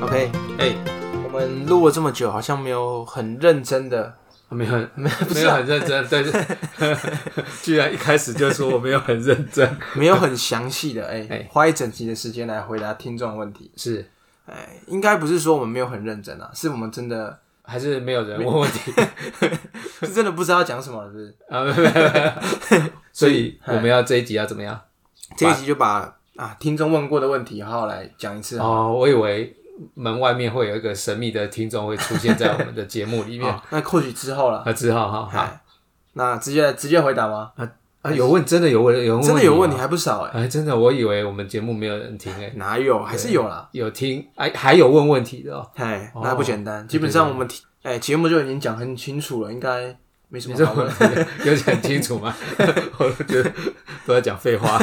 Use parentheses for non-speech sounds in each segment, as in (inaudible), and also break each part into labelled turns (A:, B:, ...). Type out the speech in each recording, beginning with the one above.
A: OK，
B: 哎、
A: 我们录了这么久，好像没有很认真的，
B: 没有很
A: 没
B: (laughs)
A: 不
B: 没
A: 是
B: 有
A: 啊、
B: 很认真，但是 (laughs) 居然一开始就说我没有很认真，
A: 没有很详细的，哎、
B: 哎
A: 花一整集的时间来回答听众问题。
B: 是
A: 哎、应该不是说我们没有很认真啊，是我们真的
B: 还是没有人问问题
A: 是真的不知道讲什么了，是不是？
B: (laughs) 啊？没有没有没 (laughs) 有所以我们要这一集要怎么样？
A: 这一集就把啊听众问过的问题好好来讲一次啊。
B: 哦，我以为门外面会有一个神秘的听众会出现在我们的节目里 (laughs) 面，
A: 好那或许之后了，
B: 啊，只好好好
A: 哎，那直接直接回答吗？
B: 啊，有问真的有问有人
A: 真的有问
B: 你
A: 题
B: 吗？
A: 还不少哎、
B: 哎，真的，我以为我们节目没有人听哎，
A: 哪有？还是有啦。
B: 有听哎，还有问问题的哦。
A: 哎，
B: 哦
A: 那不简单。基本上我们提哎节目就已经讲很清楚了，应该没什
B: 你
A: 么
B: 这
A: 好问。
B: (laughs) 有讲清楚吗？我觉得都在讲废话。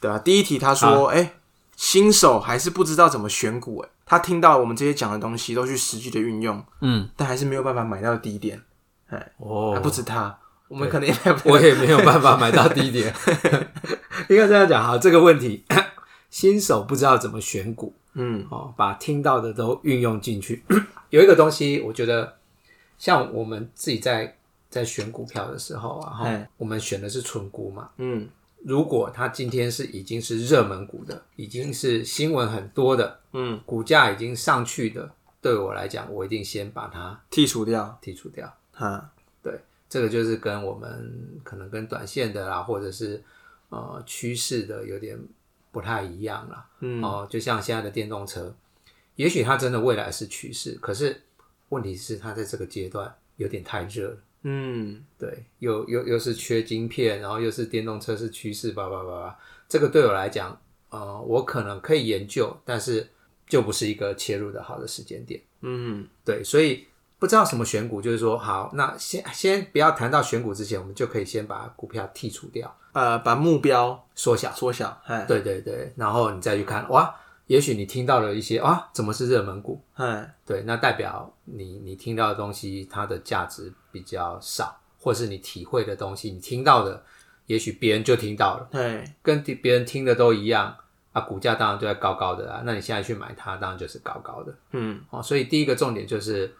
A: 对啊，第一题他说，哎、新手还是不知道怎么选股、哎，他听到我们这些讲的东西都去实际的运用，
B: 嗯，
A: 但还是没有办法买到低点，
B: 哦
A: 还不止他，我们可能也买不
B: 我也没有办法买到低点。应该这样讲哈，这个问题 (coughs) 新手不知道怎么选股
A: 嗯
B: 哦，把听到的都运用进去。 (coughs) 有一个东西，我觉得像我们自己在在选股票的时候啊，哈
A: 嘿，
B: 我们选的是纯股嘛。
A: 嗯
B: 如果它今天是已经是热门股的，已经是新闻很多的，
A: 嗯，
B: 股价已经上去的，对我来讲，我一定先把它
A: 剔除掉
B: 剔除掉。
A: 啊，
B: 这个就是跟我们可能跟短线的啦，或者是呃趋势的有点不太一样啦。
A: 嗯
B: 哦、就像现在的电动车，也许它真的未来是趋势，可是问题是它在这个阶段有点太热了。
A: 嗯
B: 对，又又又是缺晶片，然后又是电动车是趋势，叭叭叭叭。这个对我来讲，呃，我可能可以研究，但是就不是一个切入的好的时间点。
A: 嗯
B: 对，所以不知道什么选股，就是说，好，那先先不要谈到选股之前，我们就可以先把股票剔除掉，
A: 呃，把目标
B: 缩小。
A: 缩小，哎
B: 对对对，然后你再去看，哇，也许你听到了一些啊，怎么是热门股？
A: 哎
B: 对，那代表你你听到的东西，它的价值比较少，或是你体会的东西，你听到的，也许别人就听到了，
A: 哎
B: 跟别人听的都一样啊，股价当然就在高高的啊，那你现在去买它，当然就是高高的
A: 嗯
B: 哦。所以第一个重点就是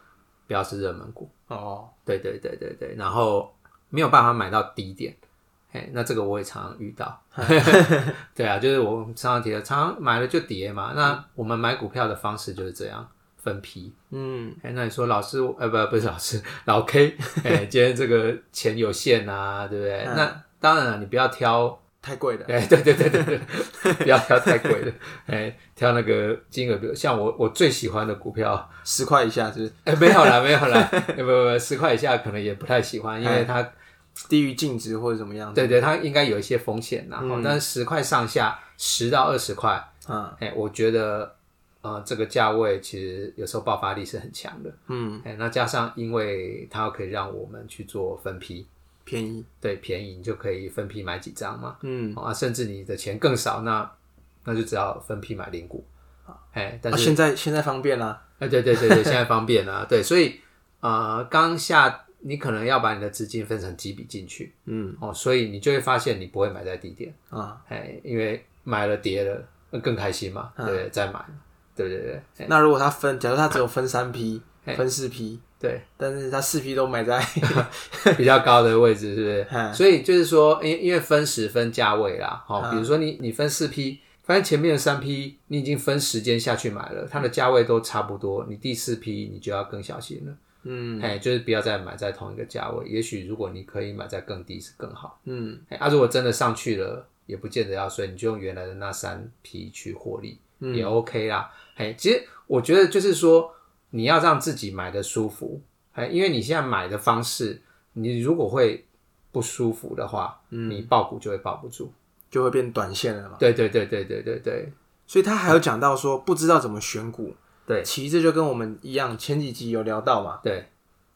B: 不要是热门股。
A: 哦
B: 对对对对对，然后没有办法买到低点，哎，那这个我也常常遇到。对啊，就是我常常提的，常常买了就跌嘛。那我们买股票的方式就是这样分批。
A: 嗯
B: 哎，那你说老师，呃，不，不是老师，
A: (laughs)
B: 老 K，哎，今天这个钱有限啊，对不对？
A: 嗯
B: 那当然了，你不要挑，
A: 太贵了，
B: 哎，对对对对对，不要挑太贵的，哎，挑那个金额，比如像我我最喜欢的股票，
A: 十块以下是不是
B: 哎，没有啦，没有啦，哎不不不，十块以下可能也不太喜欢，因
A: 嗯
B: 为它
A: 低于净值或者怎么样？
B: 对对，它应该有一些风险啦，然后、
A: 嗯
B: 但是十块上下，十到二十块，
A: 啊
B: 哎，我觉得呃这个价位其实有时候爆发力是很强的，
A: 嗯
B: 哎，那加上因为它可以让我们去做分批，
A: 便宜
B: 对，便宜你就可以分批买几张嘛，
A: 嗯
B: 哦啊，甚至你的钱更少，那那就只好分批买零股，哎，但
A: 啊
B: 是
A: 现在现在方便啦、
B: 哎，对对对对，现在方便啊，对，所以呃，刚下你可能要把你的资金分成几笔进去
A: 嗯
B: 哦，所以你就会发现你不会买在低点，
A: 啊，
B: 哎，因为买了跌了那更开心嘛，对
A: 嗯
B: 不对，再买，对对对哎
A: 那如果他分，假如他只有分三批、
B: 嘿
A: 分四批， (laughs)
B: 对，
A: 但是他四批都买
B: (laughs)
A: 在
B: 比较高的位置是不
A: 嗯
B: 是？所以就是说，因因为分时分价位啦，哦，比如说你你分四批。发现前面的三批你已经分时间下去买
A: 嗯
B: 了，它的价位都差不多，你第四批你就要更小心了。
A: 嗯
B: 哎，就是不要再买在同一个价位。也许如果你可以买在更低是更好。
A: 嗯
B: 哎，啊，如果真的上去了，也不见得要所以你就用原来的那三批去获利、也 OK 啦。哎，其实我觉得就是说，你要让自己买的舒服。哎，因为你现在买的方式，你如果会不舒服的话，你爆股就会抱不住。
A: 就会变短线了嘛。
B: 嗯对对对对对对对
A: 所以他还有讲到说不知道怎么选股，
B: 对
A: 其实这就跟我们一样，前几集有聊到嘛，
B: 对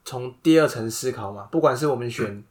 A: 从第二层思考嘛，不管是我们选
B: 嗯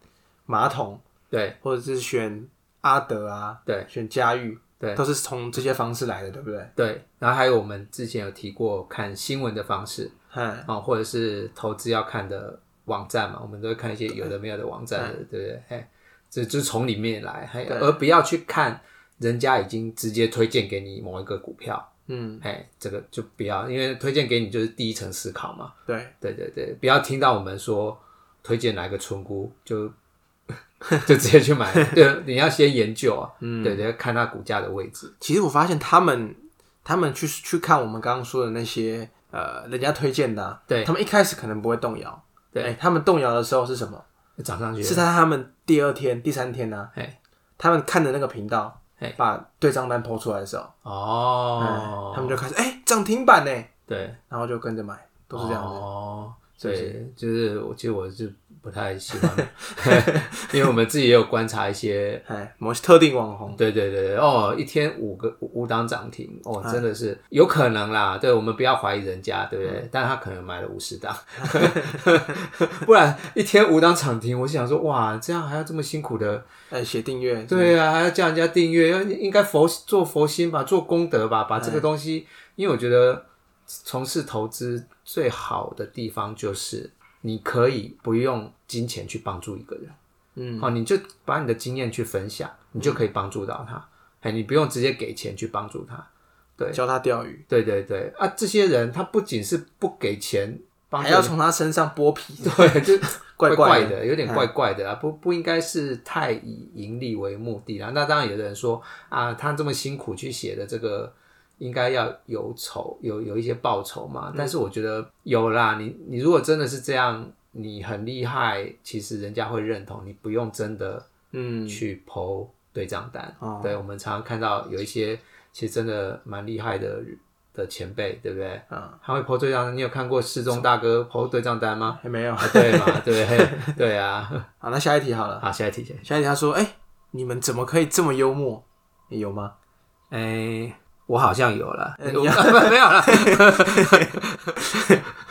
A: 马桶，
B: 对
A: 或者是选阿德啊，
B: 对，
A: 选佳玉，
B: 对
A: 都是从这些方式来的，对不对？
B: 对。然后还有我们之前有提过看新闻的方式。
A: 嗨，
B: 啊、或者是投资要看的网站嘛，我们都会看一些有的没有的网站的，对不对？哎，这就是从里面来，还
A: 对
B: 而不要去看人家已经直接推荐给你某一个股票，嗯，哎，这个就不要，因为推荐给你就是第一层思考嘛。
A: 对，
B: 对对对，不要听到我们说推荐哪个村姑就 (laughs) 就直接去买了，对，你要先研究啊，嗯，对对，要看它股价的位置。
A: 其实我发现他们他们去去看我们刚刚说的那些呃人家推荐的、啊，
B: 对
A: 他们一开始可能不会动摇，
B: 对
A: 哎他们动摇的时候是什么？
B: (laughs) 涨上去了
A: 是在他们第二天、第三天呢、
B: 哎
A: 他们看的那个频道
B: 哎，
A: 把对账单抛出来的时候，
B: 哦，
A: 他们就开始哎涨停板呢，
B: 对，
A: 然后就跟着买，都是这样子。
B: 哦，
A: 是不
B: 对，就是我其实我是不太喜
A: (laughs)
B: 欢，因为我们自己也有观察一些，
A: 哎，某些特定网红，
B: 对对对对，哦，一天五个五五档涨停，哦，真的
A: 哎
B: 是有可能啦，对我们不要怀疑人家，对不
A: 嗯
B: 对？但他可能买了五
A: (laughs)
B: 十档，不然一天五档涨停，我想说，哇，这样还要这么辛苦的
A: 哎，写订阅，
B: 对啊，还要叫人家订阅，要应该佛做佛心吧，做功德吧，把这
A: 哎
B: 个东西，因为我觉得从事投资最好的地方就是你可以不用金钱去帮助一个人，嗯，好，你就把你的经验去分享，你就可以帮助到
A: 嗯
B: 他，哎，你不用直接给钱去帮助他，对
A: 教他钓鱼，
B: 对对对，啊，这些人他不仅是不给钱帮助
A: 还要从他身上剥皮，
B: (laughs) 对，就
A: (laughs) 怪怪
B: 怪
A: 的嗯
B: 有点怪怪的啊，不不应该是太以盈利为目的啦。那当然，有的人说啊，他这么辛苦去写的这个，应该要有酬，有有一些报酬嘛。
A: 嗯
B: 但是我觉得有啦，你你如果真的是这样，你很厉害，其实人家会认同，你不用真的
A: 嗯，
B: 去剖对账单。
A: 哦
B: 对，我们常常看到有一些其实真的蛮厉害的的前辈，对不对？
A: 嗯，
B: 他会剖对账单，你有看过世宗大哥剖对账单吗？
A: 还哎没有。
B: 啊，对嘛，对对啊。
A: 好，那下一题好了，
B: 好，下一题，下一题。
A: 下一题他说，哎，你们怎么可以这么幽默？你有吗？ (laughs)
B: 哎、我好像有了，
A: 呃
B: 我
A: 你要
B: 没有了， (laughs)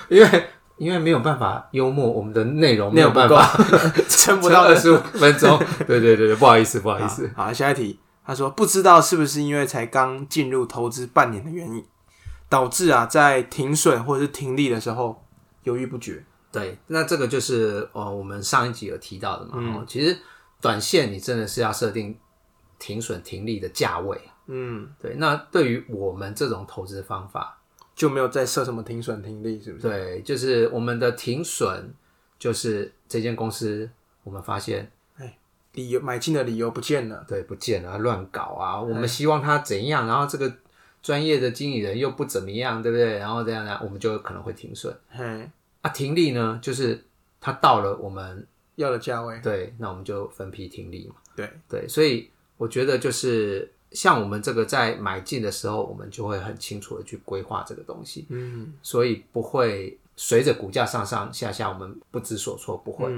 B: 因为因为没有办法幽默，我们的内容没有办法
A: 撑不
B: 不
A: 到
B: 到二
A: 的
B: 十五分钟。 (laughs) 对对对对，不好意思，不好意思。
A: 好，下一题，他说不知道是不是因为才刚进入投资半年的原因，导致啊在停损或者是停利的时候犹豫不决。
B: 对，那这个就是哦，我们上一集有提到的嘛。哦，其实短线你真的是要设定停损停利的价位。
A: 嗯，
B: 对，那对于我们这种投资方法，
A: 就没有再设什么停损停利，是不是？
B: 对，就是我们的停损，就是这间公司我们发现
A: 理由买进的理由不见了，
B: 对不见了，乱搞啊，我们希望它怎样，然后这个专业的经理人又不怎么样，对不对？然后这样呢，我们就可能会停损
A: 嘿，
B: 啊。停利呢，就是它到了我们
A: 要的价位，
B: 对，那我们就分批停利嘛。
A: 对
B: 对，所以我觉得就是像我们这个在买进的时候，我们就会很清楚的去规划这个东西。
A: 嗯，
B: 所以不会随着股价上上下下，我们不知所措，不会。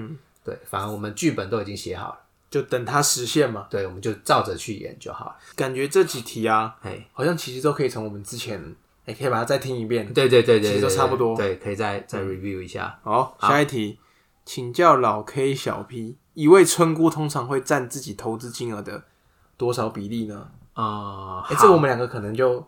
B: 对，反而我们剧本都已经写好了，
A: 就等它实现嘛。
B: 对，我们就照着去演就好了。
A: 感觉这几题啊，
B: 哎，
A: 好像其实都可以从我们之前，也可以把它再听一遍。
B: 对对对对
A: 嗯其实
B: 对，
A: 都差不多嗯
B: 对，可以再再 review 一下。
A: 好，下一题，请教老 K 小 P，一位村姑通常会占自己投资金额的多少比例呢？
B: 啊、
A: 哎、这我们两个可能就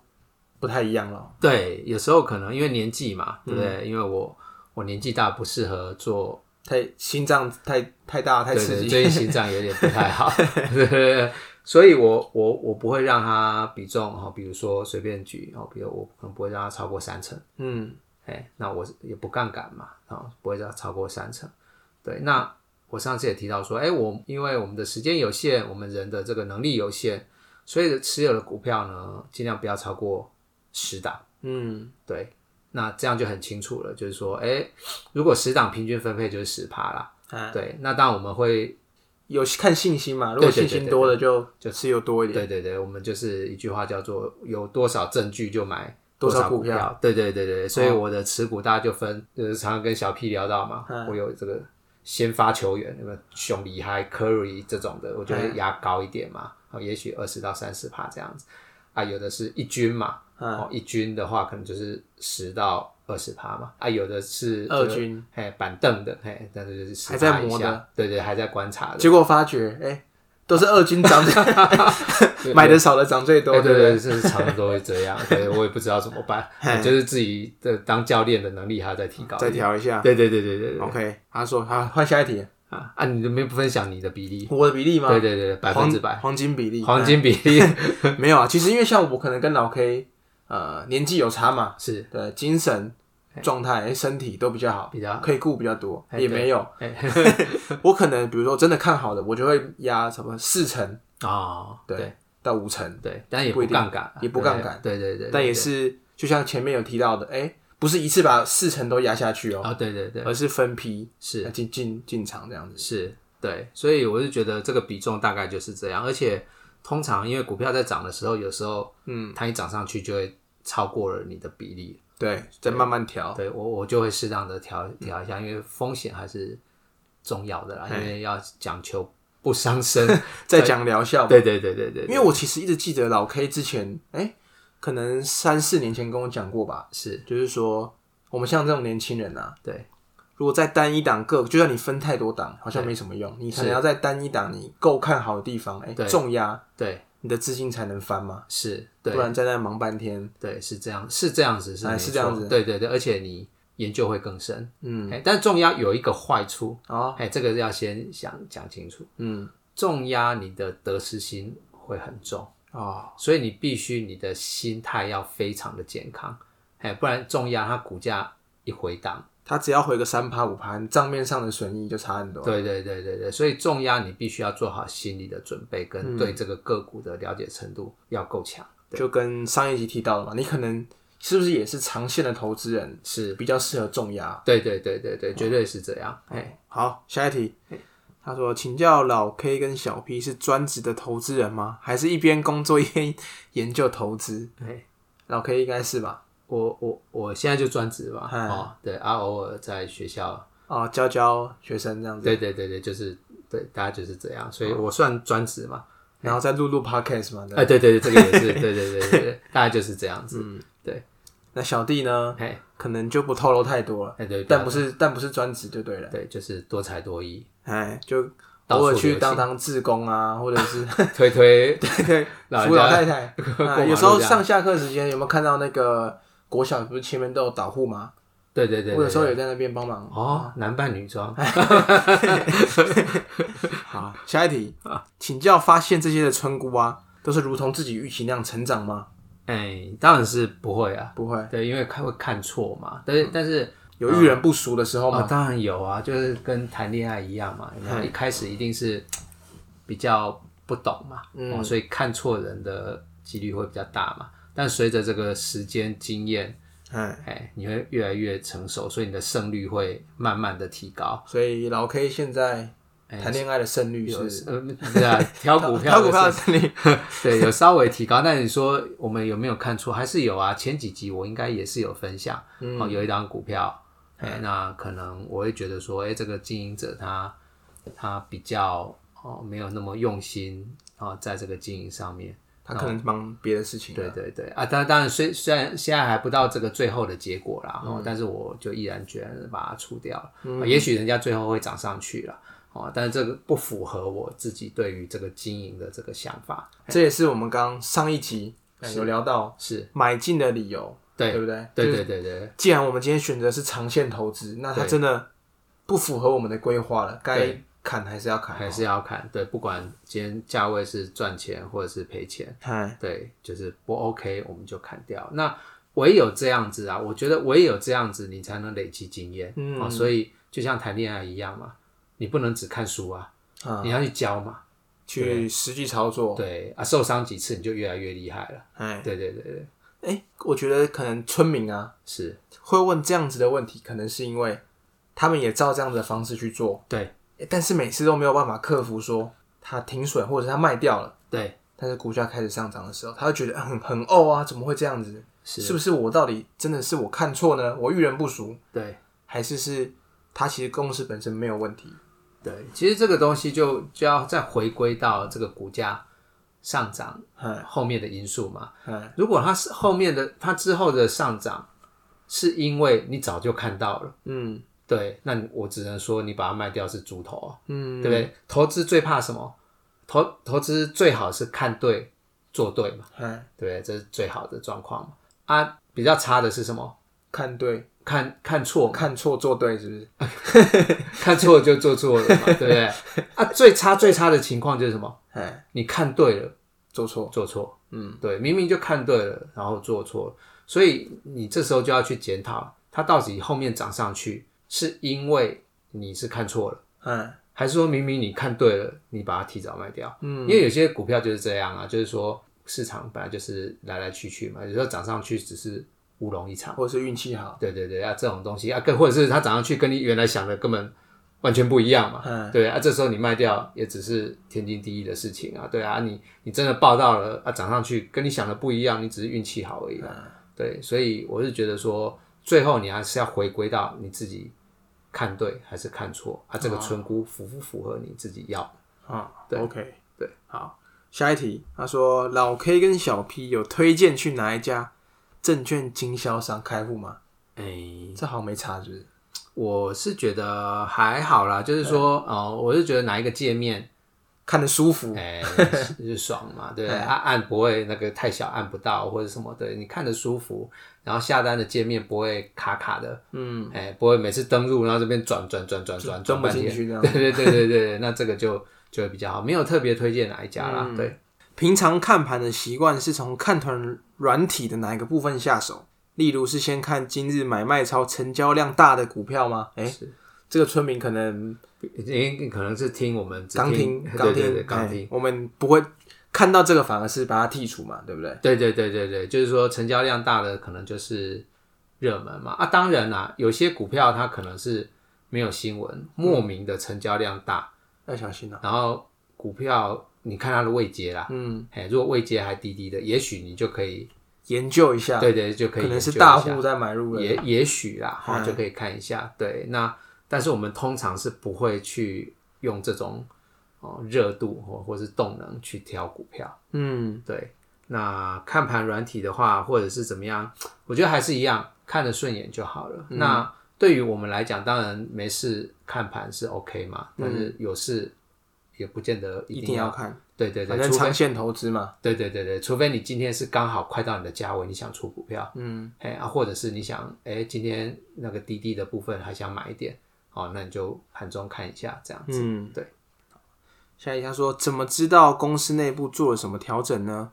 A: 不太一样了。
B: 对，有时候可能因为年纪嘛，
A: 嗯
B: 对不对？因为我我年纪大，不适合做，
A: 太心脏太太大太
B: 对
A: 刺
B: 对，
A: 激，
B: 最近心脏有点不太
A: (laughs)
B: 好，对对对。所以我我我不会让它比重哈、哦，比如说随便举哦，比如我可能不会让它超过三成。
A: 嗯，
B: 哎，那我也不杠杆嘛，啊、不会超超过三成。对，那我上次也提到说，哎，我因为我们的时间有限，我们人的这个能力有限，所以持有的股票呢，尽量不要超过十档。
A: 嗯，
B: 对，那这样就很清楚了，就是说，哎，如果十档平均分配就是十趴啦。
A: 啊，
B: 对，那当然我们会，
A: 有看信心嘛，如果
B: 对对
A: 信
B: 对
A: 心
B: 对
A: 多的就就持有多一点，
B: 对对对，我们就是一句话叫做有多少证据就买。
A: 多少
B: 少
A: 股票哦
B: 票？对对对对，所以我的持股大家就分，就是常常跟小 P 聊到嘛，
A: 嗯
B: 我有这个先发球员，那个熊厉害、Curry 这种的，我就
A: 嗯
B: 会压高一点嘛，哦，也许二十到三十趴这样子啊，有的是一军嘛，
A: 嗯
B: 哦，一军的话可能就是十到二十趴嘛，啊，有的是
A: 二军，
B: 嘿，板凳的，嘿，但是就是10
A: 还在
B: 趴以
A: 磨
B: 下
A: 的，
B: 对对，还在观察的，
A: 结果发觉哎、都是二军涨，买的少的涨最多，
B: 哎
A: 对
B: 对
A: 不对？
B: 对，是常常都会这
A: (laughs)
B: 样，对我也不知道怎么办，就是自己的当教练的能力还要再提高一点，
A: 再调一下哦
B: 对对对对对对，
A: ，OK。他说好，换下一题，
B: 啊啊！你都没有分享你的比例，
A: 我的比例吗？
B: 对对对，百分之
A: 黄
B: 百
A: 黄金比例，
B: 黄金比例
A: (laughs) 没有啊。其实因为像我可能跟老 K 呃年纪有差嘛，
B: (laughs) 是
A: 对，精神状态、身体都比较好，
B: 比较
A: 可以顾比较多，
B: 哎
A: (laughs) 也
B: 对
A: 没有。 (laughs) 我可能比如说真的看好的，我就会压什么四成
B: 哦，对
A: 到五成，
B: 对，但也
A: 不
B: 不
A: 一定
B: 杠杆，啊
A: 也不杠杆
B: 对，对对对，
A: 但也
B: 对
A: 是就像前面有提到的，哎、不是一次把四成都压下去哦，
B: 啊，对对对，
A: 而是分批呃
B: 是
A: 进进进场这样子。
B: 是，对，所以我是觉得这个比重大概就是这样，而且通常因为股票在涨的时候，有时候
A: 嗯，
B: 它一涨上去就会超过了你的比例，
A: 对，再慢慢调。
B: 对我我就会适当的调调一下，因为风险还是重要的啦，
A: 哎
B: 因为要讲求不伤
A: (laughs)
B: 身。
A: 再讲疗效，
B: 对对对对对，
A: 因为我其实一直记得老 K 之前，哎、可能三四年前跟我讲过吧，
B: 是
A: 就是说我们像这种年轻人啊，
B: 对
A: 如果在单一档个，就算你分太多档，好像没什么用，你可能要在单一档你够看好的地方，哎、
B: 对
A: 重压，
B: 对
A: 你的资金才能翻嘛，
B: 是，对
A: 不然在那忙半天，
B: 对是这样是这样子是
A: 哎
B: 没
A: 是这样
B: 错
A: 子
B: 对对对，而且你研究会更深。
A: 嗯，
B: 哎，但重压有一个坏处，
A: 哦，
B: 哎，这个要先想讲清楚。
A: 嗯，
B: 重压你的得失心会很重。
A: 哦，
B: 所以你必须你的心态要非常的健康，哎，不然重压它股价一回档，
A: 他只要回个三趴五趴，你账面上的损益就差很多，
B: 对对对对对，所以重压你必须要做好心理的准备，
A: 嗯
B: 跟对这个个股的了解程度要够强。
A: 就跟上一集提到的嘛，你可能是不是也是长线的投资人，是比较适合重压，
B: 对对对对对，绝对是这样。哎，
A: 好，下一题。他说：“请教老 K 跟小 P 是专职的投资人吗？还是一边工作一边 (laughs) 研究投资
B: 哎？”
A: 老 K 应该是吧？
B: 我我我现在就专职嘛，
A: 哎
B: 哦，对啊，偶尔在学校，
A: 哦，教教学生这样子，
B: 对对对对，就是对大家就是这样，
A: 嗯
B: 所以我算专职嘛。
A: 然后再录录 podcast 嘛。对
B: 哎，对对对，这个
A: (laughs)
B: 也是，对对对对对，大家就是这样
A: 嗯
B: 子。
A: 那小弟呢，
B: 哎
A: 可能就不透露太多了，
B: 哎，对，
A: 但不是但不是专职就对了，
B: 对，就是多才多艺，
A: 哎，就
B: 到处
A: 偶尔去
B: 流行
A: 当当志工啊，或者是
B: 推推
A: (laughs) 对
B: (laughs) 老人
A: 扶老
B: 家
A: 太太
B: 过马
A: 啊。
B: 路
A: 有时候
B: 这样
A: 上下课时间有没有看到那个国小不是前面都有导护吗？
B: 对对对，
A: 我有时候
B: 对
A: 也在那边帮忙
B: 对。哦，男扮女装，
A: 好，下一题，
B: 啊
A: 请教发现这些的村姑啊，都是如同自己预期那样成长吗？
B: 哎，当然是不会啊，
A: 不会，
B: 对，因为看会看错嘛，但是但是
A: 有遇人不熟的时候
B: 嗯哦
A: 吗？，
B: 当然有啊，就是跟谈恋爱一样嘛，有没有一开始一定是比较不懂嘛，哦，所以看错人的几率会比较大嘛，但随着这个时间经验，
A: 哎，
B: 哎，你会越来越成熟，所以你的胜率会慢慢的提高。
A: 所以老 K 现在谈恋爱的胜率
B: 哎有
A: 是
B: 呃，对啊， (laughs) 挑股票，
A: 挑股票的胜率，
B: (laughs) 对，有稍微提高。但你说我们有没有看出？还是有啊。前几集我应该也是有分享，哦，有一档股票，哎、那可能我会觉得说，哎、这个经营者他他比较哦没有那么用心哦，在这个经营上面。
A: 他可能忙别的事情。
B: 对对对啊，当当然虽虽然现在还不到这个最后的结果啦，哦，但是我就毅然决然的把它除掉了。哦也许人家最后会涨上去了。哦，但是这个不符合我自己对于这个经营的这个想法，
A: 这也是我们刚上一集哎有聊到
B: 是
A: 买进的理由，
B: 对
A: 对不对？
B: 对对对对
A: 既然我们今天选择是长线投资，那它真的不符合我们的规划了，该砍还是要砍。
B: 还是要看，对，不管今天价位是赚钱或者是赔钱，
A: 哎，
B: 对，就是不 OK 我们就砍掉。那唯有这样子啊，我觉得唯有这样子你才能累积经验，
A: 嗯
B: 哦，所以就像谈恋爱一样嘛，你不能只看书啊，
A: 啊
B: 你要去教嘛，
A: 去实际操作。
B: 对啊，受伤几次你就越来越厉害了，
A: 哎，
B: 对对对对，
A: 哎，我觉得可能村民啊，
B: 是，
A: 会问这样子的问题，可能是因为他们也照这样子的方式去做，
B: 对
A: 诶但是每次都没有办法克服说他停损或者他卖掉了，
B: 对
A: 但是股价开始上涨的时候，他会觉得啊很很哦啊，怎么会这样子？
B: 是
A: 不是我到底真的是我看错呢？我遇人不淑，
B: 对，
A: 还是是他其实公司本身没有问题？
B: 对，其实这个东西就就要再回归到这个股价上涨
A: 嗯
B: 后面的因素嘛
A: 嗯。
B: 如果它是后面的，它之后的上涨是因为你早就看到了，
A: 嗯
B: 对，那你我只能说你把它卖掉是猪头啊，
A: 嗯
B: 对不对？投资最怕什么？投投资最好是看对做对嘛，
A: 嗯，
B: 对不对？这是最好的状况嘛。啊，比较差的是什么？
A: 看对
B: 看看错嘛，
A: 看错做对是不是？
B: 看错就做错了嘛，对不对？啊，最差最差的情况就是什么？
A: 哎，
B: 你看对了，
A: 做错，
B: 做错，
A: 嗯，
B: 对，明明就看对了，然后做错了，所以你这时候就要去检讨，它到底后面涨上去是因为你是看错了，
A: 哎，
B: 还是说明明你看对了，你把它提早卖掉？
A: 嗯
B: 因为有些股票就是这样啊，就是说市场本来就是来来去去嘛，有时候涨上去只是乌龙一场。
A: 或是运气好，
B: 对对对，啊，这种东西啊，跟或者是它涨上去跟你原来想的根本完全不一样嘛。
A: 嗯
B: 对啊，这时候你卖掉也只是天经地义的事情啊。对啊，你你真的报到了啊，涨上去跟你想的不一样，你只是运气好而已、啊。对，所以我是觉得说，最后你还是要回归到你自己看对还是看错啊，这个村姑符不符合你自己要？
A: 啊、
B: 对
A: o k
B: 对，
A: 好，下一题，他说老 K 跟小 P 有推荐去哪一家证券经销商开户吗？
B: 哎、
A: 这好像没差是不是？
B: 我是觉得还好啦，就是说，哦，我是觉得哪一个界面。
A: 看得舒服， (laughs)
B: 哎、就是爽嘛，对不
A: 哎
B: 对？按按不会那个太小按不到或者什么的，你看着舒服，然后下单的界面不会卡卡的，嗯，哎、不会每次登录然后这边转转转转
A: 钻
B: 转转
A: 不
B: 半天
A: 进，去这样。
B: 对对对对对，那这个就就会比较好，没有特别推荐哪一家啦，
A: 嗯
B: 对，
A: 平常看盘的习惯是从看团软体的哪一个部分下手？例如是先看今日买卖超成交量大的股票吗？哎、
B: 是
A: 这个村民可能
B: 因为可能是听我们只
A: 刚
B: 听，
A: 刚
B: 对对对，
A: 听，
B: 刚
A: 哎
B: 听。
A: 我们不会看到这个，反而是把它剔除嘛，对不对？
B: 对对对对对，就是说成交量大的可能就是热门嘛。啊，当然啦，有些股票它可能是没有新闻，莫名的成交量大，
A: 要小心啊。
B: 然后股票你看它的位阶啦，
A: 嗯，
B: 哎，如果位阶还低低的，也许你就可以，
A: 研究一下，
B: 对对，就可以
A: 可能
B: 研
A: 是
B: 究一
A: 大
B: 下
A: 户在买入了。
B: 也也许啦，哈、
A: 嗯
B: 就可以看一下。对，那但是我们通常是不会去用这种哦热度或或是动能去挑股票。
A: 嗯，
B: 对，那看盘软体的话，或者是怎么样，我觉得还是一样，看得顺眼就好了。
A: 嗯
B: 那对于我们来讲，当然没事看盘是 OK 嘛，但是有事也不见得
A: 一
B: 一
A: 定
B: 定要
A: 要看，
B: 对对
A: 反
B: 对，
A: 正
B: 除
A: 长线投资嘛。
B: 对对对对，除非你今天是刚好快到你的价位，你想出股票，嗯，哎啊，或者是你想，哎，今天那个滴滴的部分还想买一点，哦，那你就盘中看一下这样子。
A: 嗯，
B: 对。
A: 下一题他说，怎么知道公司内部做了什么调整呢？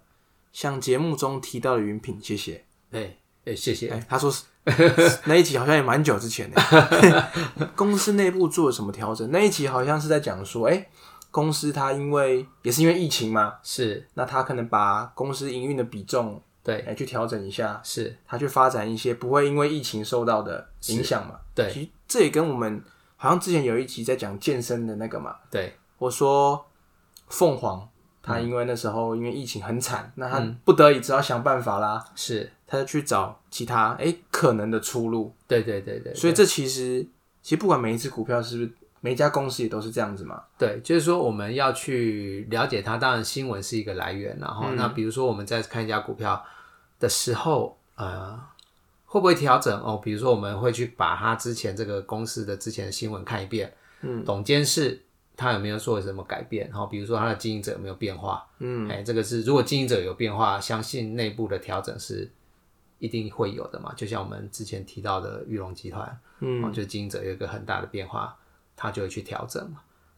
A: 像节目中提到的云品，谢谢。
B: 哎哎，谢谢。
A: 哎、他说是 (laughs) 那一集好像也蛮久之前的， (laughs) 公司内部做了什么调整？那一集好像是在讲说，哎、公司它因为也是因为疫情嘛，
B: 是，
A: 那它可能把公司营运的比重
B: 对，
A: 哎、去调整一下，
B: 是，
A: 它去发展一些不会因为疫情受到的影响嘛。
B: 对
A: 其实这也跟我们好像之前有一集在讲健身的那个嘛，
B: 对，
A: 我说凤凰，他因为那时候因为疫情很惨，那
B: 嗯
A: 他不得已只好想办法啦，
B: 是，
A: 他就去找其他诶可能的出路。
B: 对对对对。
A: 所以这其实其实不管每一只股票是不是每一家公司也都是这样子嘛，
B: 对，就是说我们要去了解它。当然，新闻是一个来源，然后、那比如说我们在看一家股票的时候，呃，会不会调整哦？比如说我们会去把它之前这个公司的之前的新闻看一遍，嗯，董监事他有没有做什么改变？然、后比如说他的经营者有没有变化？嗯，哎，这个是如果经营者有变化，相信内部的调整是一定会有的嘛。就像我们之前提到的玉龙集团，嗯，哦、就经营者有一个很大的变化，他就会去调整。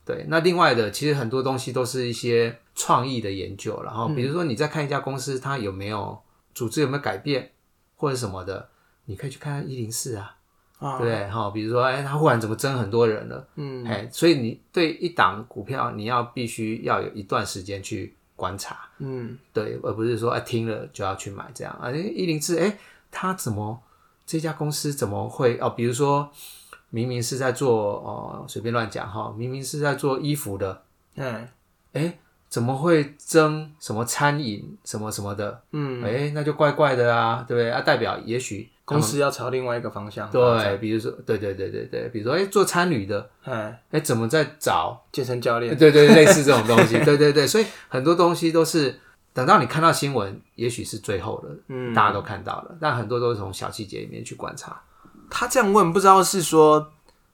B: 对，那另外的，其实很多东西都是一些创意的研究，然后比如说你在看一家公司，它有没有组织有没有改变或者什么的，你可以去看一零四啊，
A: 啊，
B: 对不对？哈、比如说，哎，它忽然怎么增很多人了，嗯，哎，所以你对一档股票，你要必须要有一段时间去观察，
A: 嗯，
B: 对，而不是说哎、听了就要去买这样啊。一零四哎，他怎么这家公司怎么会哦？比如说明明是在做哦，随便乱讲哈、明明是在做衣服的，
A: 哎，
B: 哎，怎么会争什么餐饮什么什么的？嗯，哎，那就怪怪的啊，对不对？啊，代表也许
A: 公司要朝另外一个方向，，
B: 嗯对，比如说对对对对对，比如说哎，做餐旅的，
A: 哎，
B: 哎，怎么在找
A: 健身教练，
B: 对对，对类似这种东西，对对对，所以很多东西都是等到你看到新闻，也许是最后的，嗯，大家都看到了，但很多都是从小细节里面去观察。
A: 他这样问，不知道是说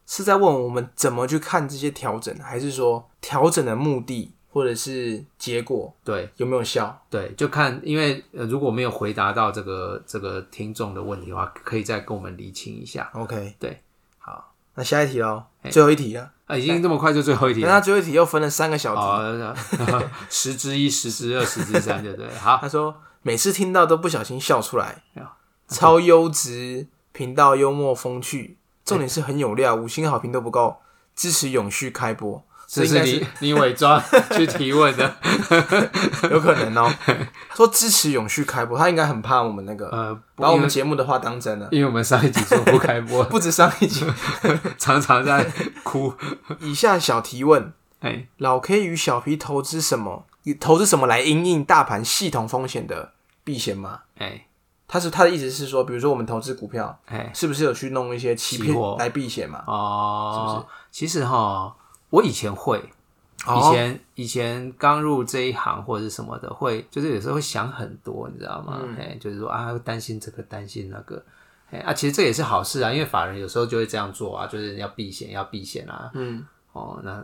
A: 是在问我们怎么去看这些调整，还是说调整的目的或者是结果
B: 对
A: 有没有效？
B: 对，就看，因为、呃、如果没有回答到这个这个听众的问题的话，可以再跟我们厘清一下。
A: OK，
B: 对，
A: 好，那下一题喽，最后一题了。
B: 啊，已经这么快就最后一题
A: 那
B: 了，
A: 他最后一题又分了三个小题。啊
B: 好， (laughs) 那十之一、十之二、十之三，对不对了？好，
A: 他说每次听到都不小心笑出来，
B: 哎
A: 超优质频道，幽默风趣，重点是很有料，五星好评都不够，支持永续开
B: (laughs)
A: 播，
B: 这
A: 应该
B: 是你你伪 (laughs) 装去提问的，
A: 有可能哦。他说支持永续开播，他应该很怕我们那个
B: 呃，
A: 把我们节目的话当真了。啊
B: 因为我们上一集说不开播，
A: 不止上一集，
B: (laughs) 常常在哭。
A: 以下小提问：
B: (laughs) 哎，
A: 老 K 与小 P 投资什么？以投资什么来因应大盘系统风险的避险吗？
B: 哎，
A: 他是他的意思是说，比如说我们投资股票，
B: 哎，
A: 是不是有去弄一些期
B: 期
A: 片
B: 货
A: 来避险嘛？
B: 哎哦，其实哈，我以前会，
A: 哦
B: 以前以前刚入这一行或者是什么的，会就是有时候会想很多，你知道吗？
A: 嗯
B: 哎、就是说啊，担心这个，担心那个。哎啊，其实这也是好事啊，因为法人有时候就会这样做啊，就是要避险，要避险啊。
A: 嗯，
B: 哦，那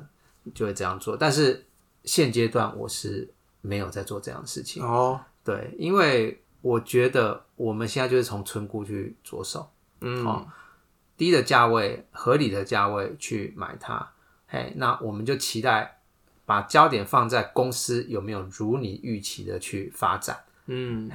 B: 就会这样做。但是现阶段我是没有在做这样的事情，
A: 哦，
B: 对，因为我觉得我们现在就是从村姑去着手。
A: 嗯，
B: 低的价位、合理的价位去买它。嘿，那我们就期待把焦点放在公司有没有如你预期的去发展，
A: 嗯，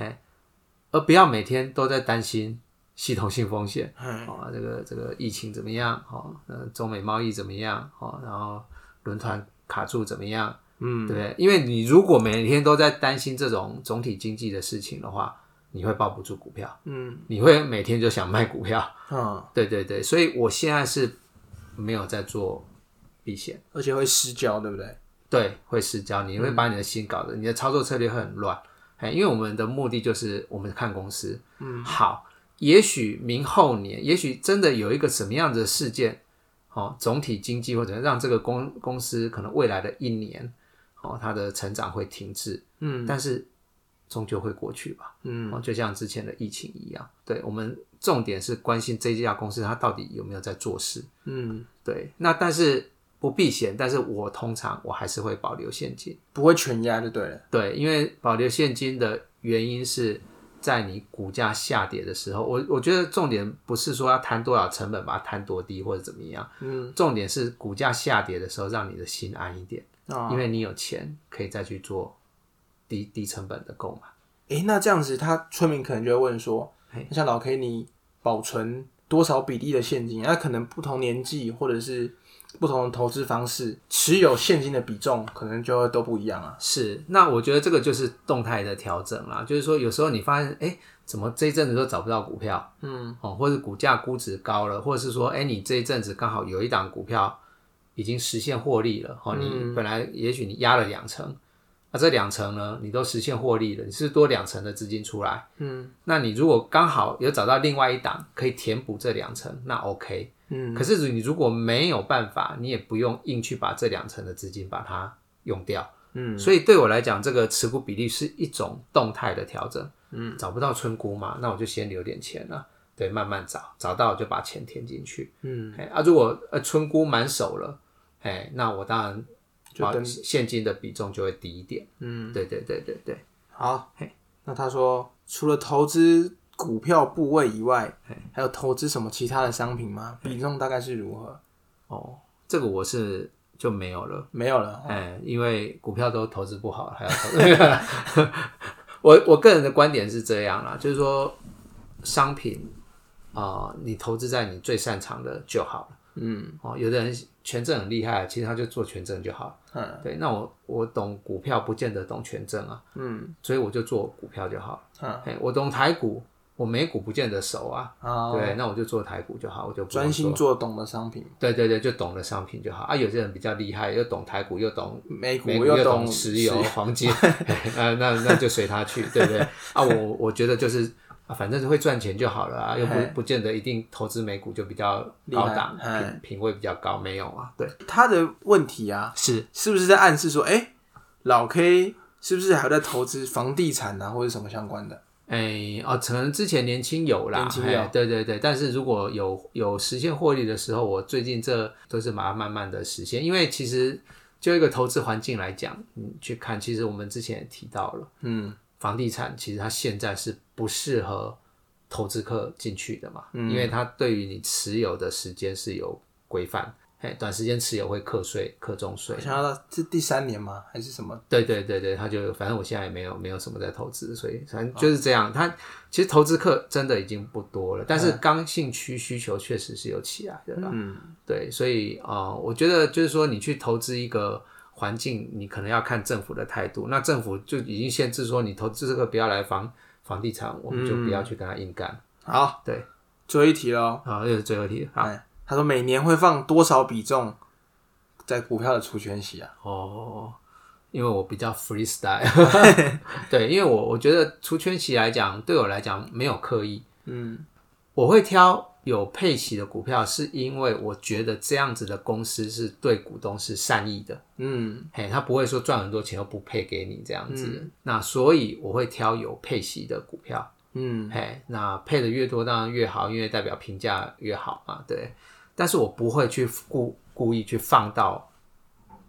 B: 而不要每天都在担心系统性风险。
A: 哎，
B: 哦，这个这个疫情怎么样？哦，呃，中美贸易怎么样？哦，然后轮船卡住怎么样？
A: 嗯，
B: 对不对？因为你如果每天都在担心这种总体经济的事情的话，你会抱不住股票，
A: 嗯，
B: 你会每天就想卖股票。
A: 嗯，
B: 对对对，所以我现在是没有在做避险，
A: 而且会失焦，对不对？
B: 对，会失焦，你会把你的心搞得，你的操作策略会很乱。哎，因为我们的目的就是我们看公司，嗯，好，也许明后年，也许真的有一个什么样子的事件，哦，总体经济或者让这个公公司可能未来的一年，哦，它的成长会停滞，嗯，但是终究会过去吧。
A: 嗯，
B: 哦，就像之前的疫情一样，对我们重点是关心这家公司它到底有没有在做事。
A: 嗯，
B: 对，那但是不避险，但是我通常我还是会保留现金。
A: 不会全压就对了。
B: 对，因为保留现金的原因是在你股价下跌的时候，我我觉得重点不是说要摊多少成本把它摊多低或者怎么样，
A: 嗯，
B: 重点是股价下跌的时候让你的心安一点，
A: 啊、
B: 因为你有钱可以再去做低低成本的购买。
A: 诶、那这样子，他村民可能就会问说
B: 嘿，
A: 那像老 K，你保存多少比例的现金？那可能不同年纪或者是不同的投资方式，持有现金的比重可能就会都不一样啊。
B: 是，那我觉得这个就是动态的调整啦，就是说有时候你发现，哎，怎么这一阵子都找不到股票，嗯，哦，或者股价估值高了，或者是说，哎，你这一阵子刚好有一档股票已经实现获利了，哦，你本来也许你压了两成，那、这两成呢，你都实现获利了，你是多两成的资金出来，嗯，那你如果刚好有找到另外一档可以填补这两成，那 OK，嗯，可是你如果没有办法，你也不用硬去把这两成的资金把它用掉。
A: 嗯
B: 所以对我来讲，这个持股比例是一种动态的调整。嗯，找不到村姑嘛，那我就先留点钱了，对，慢慢找，找到我就把钱填进去。
A: 嗯，
B: 哎，啊，如果呃村姑满手了，哎，那我当然
A: 就
B: 把
A: 等
B: 现金的比重就会低一点。嗯，对对对对对，
A: 好
B: 嘿。
A: 那他说，除了投资股票部位以外，还有投资什么其他的商品吗？比重大概是如何？
B: 哦，这个我是就没有了。
A: 没有了。
B: 哎，因为股票都投资不好，还要投。 (laughs) 我我个人的观点是这样啦，就是说商品啊、你投资在你最擅长的就好了。嗯，哦，有的人权证很厉害，其实他就做权证就好了。
A: 嗯，
B: 对，那我我懂股票，不见得懂权证啊。嗯，所以我就做股票就好了。
A: 嗯，
B: 哎，我懂台股，我美股不见得熟啊。
A: 啊，
B: 对，那我就做台股就好，我就不用
A: 专心
B: 做
A: 做懂的商品，
B: 对对对，就懂得商品就好啊。有些人比较厉害，又懂台股，又懂
A: 美股
B: 美股
A: 哎又
B: 又
A: 懂
B: 懂石油、哦
A: (laughs)
B: 黄金，啊，那那就随他去，对不对？啊，我我觉得就是、啊，反正是会赚钱就好了啊，又不
A: 嘿
B: 不见得一定投资美股就比较
A: 厉害
B: 高档，
A: 嘿
B: 品品味比较高，没有啊，对，
A: 他的问题啊，
B: 是
A: 是不是在暗示说，哎、老 K 是不是还有在投资房地产啊，或者什么相关的？
B: 哎哦，可能之前年轻有啦，
A: 年轻有
B: 嘿对对对，但是如果有有实现获利的时候，我最近这都是把它慢慢的实现，因为其实就一个投资环境来讲，你去看，其实我们之前也提到了，
A: 嗯，
B: 房地产其实它现在是不适合投资客进去的嘛，因为它对于你持有的时间是有规范，哎，短时间持有会课税、课中税
A: 我。想要到是第三年吗？还是什么？
B: 对对对对，他就反正我现在也没有没有什么在投资，所以反正就是这样。他其实投资客真的已经不多了，但是刚性区需求确实是有起来的啦。
A: 嗯，
B: 对，所以啊、呃我觉得就是说，你去投资一个环境，你可能要看政府的态度。那政府就已经限制说，你投资这个不要来房房地产，我们就不
A: 嗯
B: 要去跟他硬干。
A: 好，
B: 对，
A: 最后一题喽。
B: 好，这是最后一题。好，
A: 哎，他说每年会放多少比重在股票的除权息啊？
B: 哦，因为我比较
A: (laughs)
B: freestyle，对，因为我我觉得除圈期来讲，对我来讲没有刻意，
A: 嗯
B: 我会挑有配息的股票，是因为我觉得这样子的公司是对股东是善意的。
A: 嗯
B: 嘿，他不会说赚很多钱又不配给你这样子。那所以我会挑有配息的股票，
A: 嗯
B: 嘿，那配的越多当然越好，因为代表评价越好嘛，对。但是我不会去故故意去放到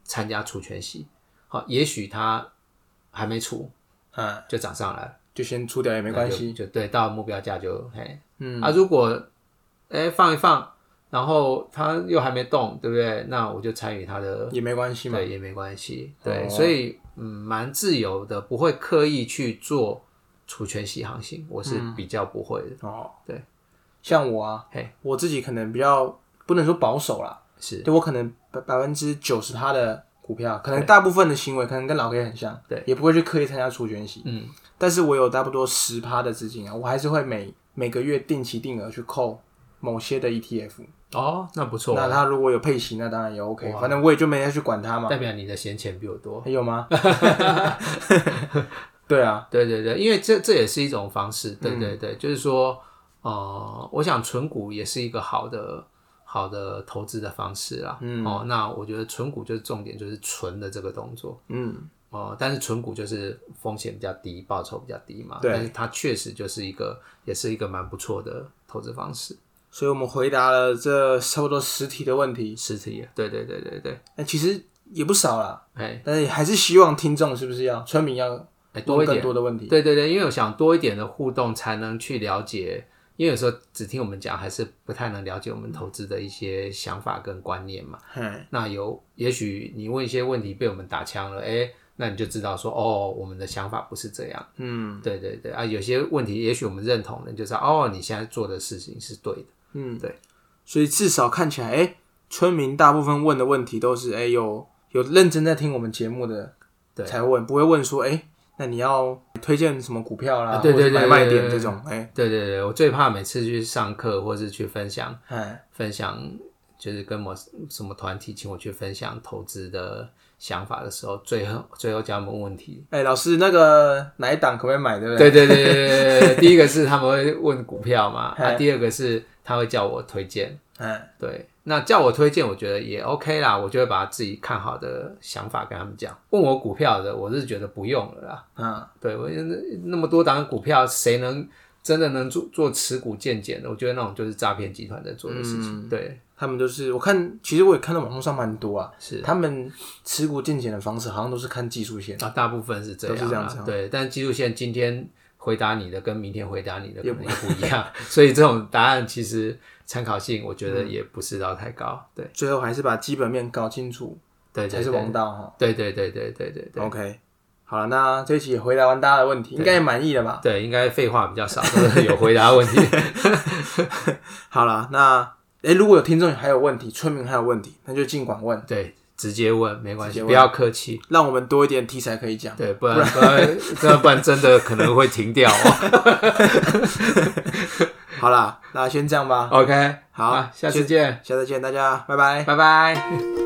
B: 参加除权息，好，也许它还没除
A: 啊，
B: 就涨上来了，
A: 就先出掉也没关系。
B: 那就就对，到目标价就嘿，
A: 嗯
B: 啊，如果哎、放一放，然后它又还没动，对不对？那我就呃参与它的
A: 也没关系嘛。
B: 对，也没关系。对，
A: 哦
B: 所以嗯，蛮自由的，不会刻意去做除权息航行，我是比较不会的。
A: 哦，
B: 对，
A: 像我啊
B: 嘿，
A: 我自己可能比较不能说保守啦，
B: 是，
A: 对我可能百百分之九十他的股票，可能大部分的行为可能跟老 K 很像，
B: 对，
A: 也不会去刻意参加除权息，
B: 嗯，
A: 但是我有差不多十趴的资金啊，我还是会每每个月定期定额去扣某些的 ETF，
B: 哦，那不错，
A: 那他如果有配息，那当然也 OK，
B: 哇哦
A: 反正我也就没再去管他嘛，
B: 代表你的闲钱比我多。
A: 还有
B: (laughs)
A: 吗？ (laughs) 对啊，
B: 对对对，因为这这也是一种方式。对对对，就是说，呃，我想存股也是一个好的。好的投资的方式啦，嗯、哦，那我觉得存股就是重点，就是存的这个动作，
A: 嗯
B: 哦，但是纯股就是风险比较低，报酬比较低嘛。
A: 对
B: 但是它确实就是一个，也是一个蛮不错的投资方式。
A: 所以我们回答了这差不多十题的问题，
B: 实体，对对对对对，
A: 那其实也不少啦，
B: 哎
A: 但是还是希望听众是不是要村民要
B: 哎多
A: 问
B: 一
A: 更
B: 点，
A: 多的问题？
B: 对对对，因为我想多一点的互动，才能去了解。因为有时候只听我们讲，还是不太能了解我们投资的一些想法跟观念嘛。
A: 嗯，
B: 那有，也许你问一些问题被我们打枪了，哎，那你就知道说，哦，我们的想法不是这样。
A: 嗯
B: 对对对啊，有些问题也许我们认同了，你就知道，哦，你现在做的事情是对的。
A: 嗯，
B: 对，
A: 所以至少看起来，哎、村民大部分问的问题都是，哎、有有认真在听我们节目的
B: 对
A: 才问，不会问说，哎、那你要推荐什么股票啦，
B: 啊对对
A: 或者
B: 对
A: 买卖
B: 对
A: 点
B: 对
A: 这种，哎、
B: 对对对，我最怕每次去上课或是去分享
A: 哎，
B: 分享，就是跟某什么团体请我去分享投资的想法的时候，最后最后叫他们问问题。
A: 哎、老师，那个哪一档可不可以买，对不对？
B: 对对对对对
A: (laughs)
B: 对对，第一个是他们会问股票嘛，啊，第二个是他会叫我推荐。
A: 哎，
B: 对，那叫我推荐，我觉得也 OK 啦，我就会把自己看好的想法跟他们讲。问我股票的，我是觉得不用了啦。
A: 嗯，
B: 对我觉得那么多档股票，谁能真的能做做持股渐减的？我觉得那种就是诈骗集团在做的事
A: 嗯
B: 情。对，
A: 他们就是我看，其实我也看到网络上蛮多啊，
B: 是
A: 他们持股进钱的方式好像都是看技术线，
B: 啊，大部分是这样、啊，
A: 都是这样子啊
B: 对，但技术线今天回答你的跟明天回答你的可能也不一样， (laughs) 所以这种答案其实参考性我觉
A: 嗯
B: 得也不是到太高。对，
A: 最后还是把基本面搞清楚
B: 对对
A: 才是王道哈。
B: 对对对对对对对。
A: OK，好了，那这一期也回答完大家的问题，应该也满意了
B: (laughs)
A: 吧？
B: 对，应该废话比较少，都是有回答问题。 (laughs)
A: 好了，那诶、如果有听众还有问题，村民还有问题，那就尽管问，
B: 对，直接问没关
A: 直接
B: 系，
A: 问
B: 不要客气。
A: 让我们多一点题材可以讲。
B: 对，不然不然，不然不然真的可能会
A: (laughs)
B: 停掉哦。
A: 好啦，那先这样吧，
B: OK，
A: 好
B: 啊下次见，
A: 下次见，大家拜拜。
B: 拜拜。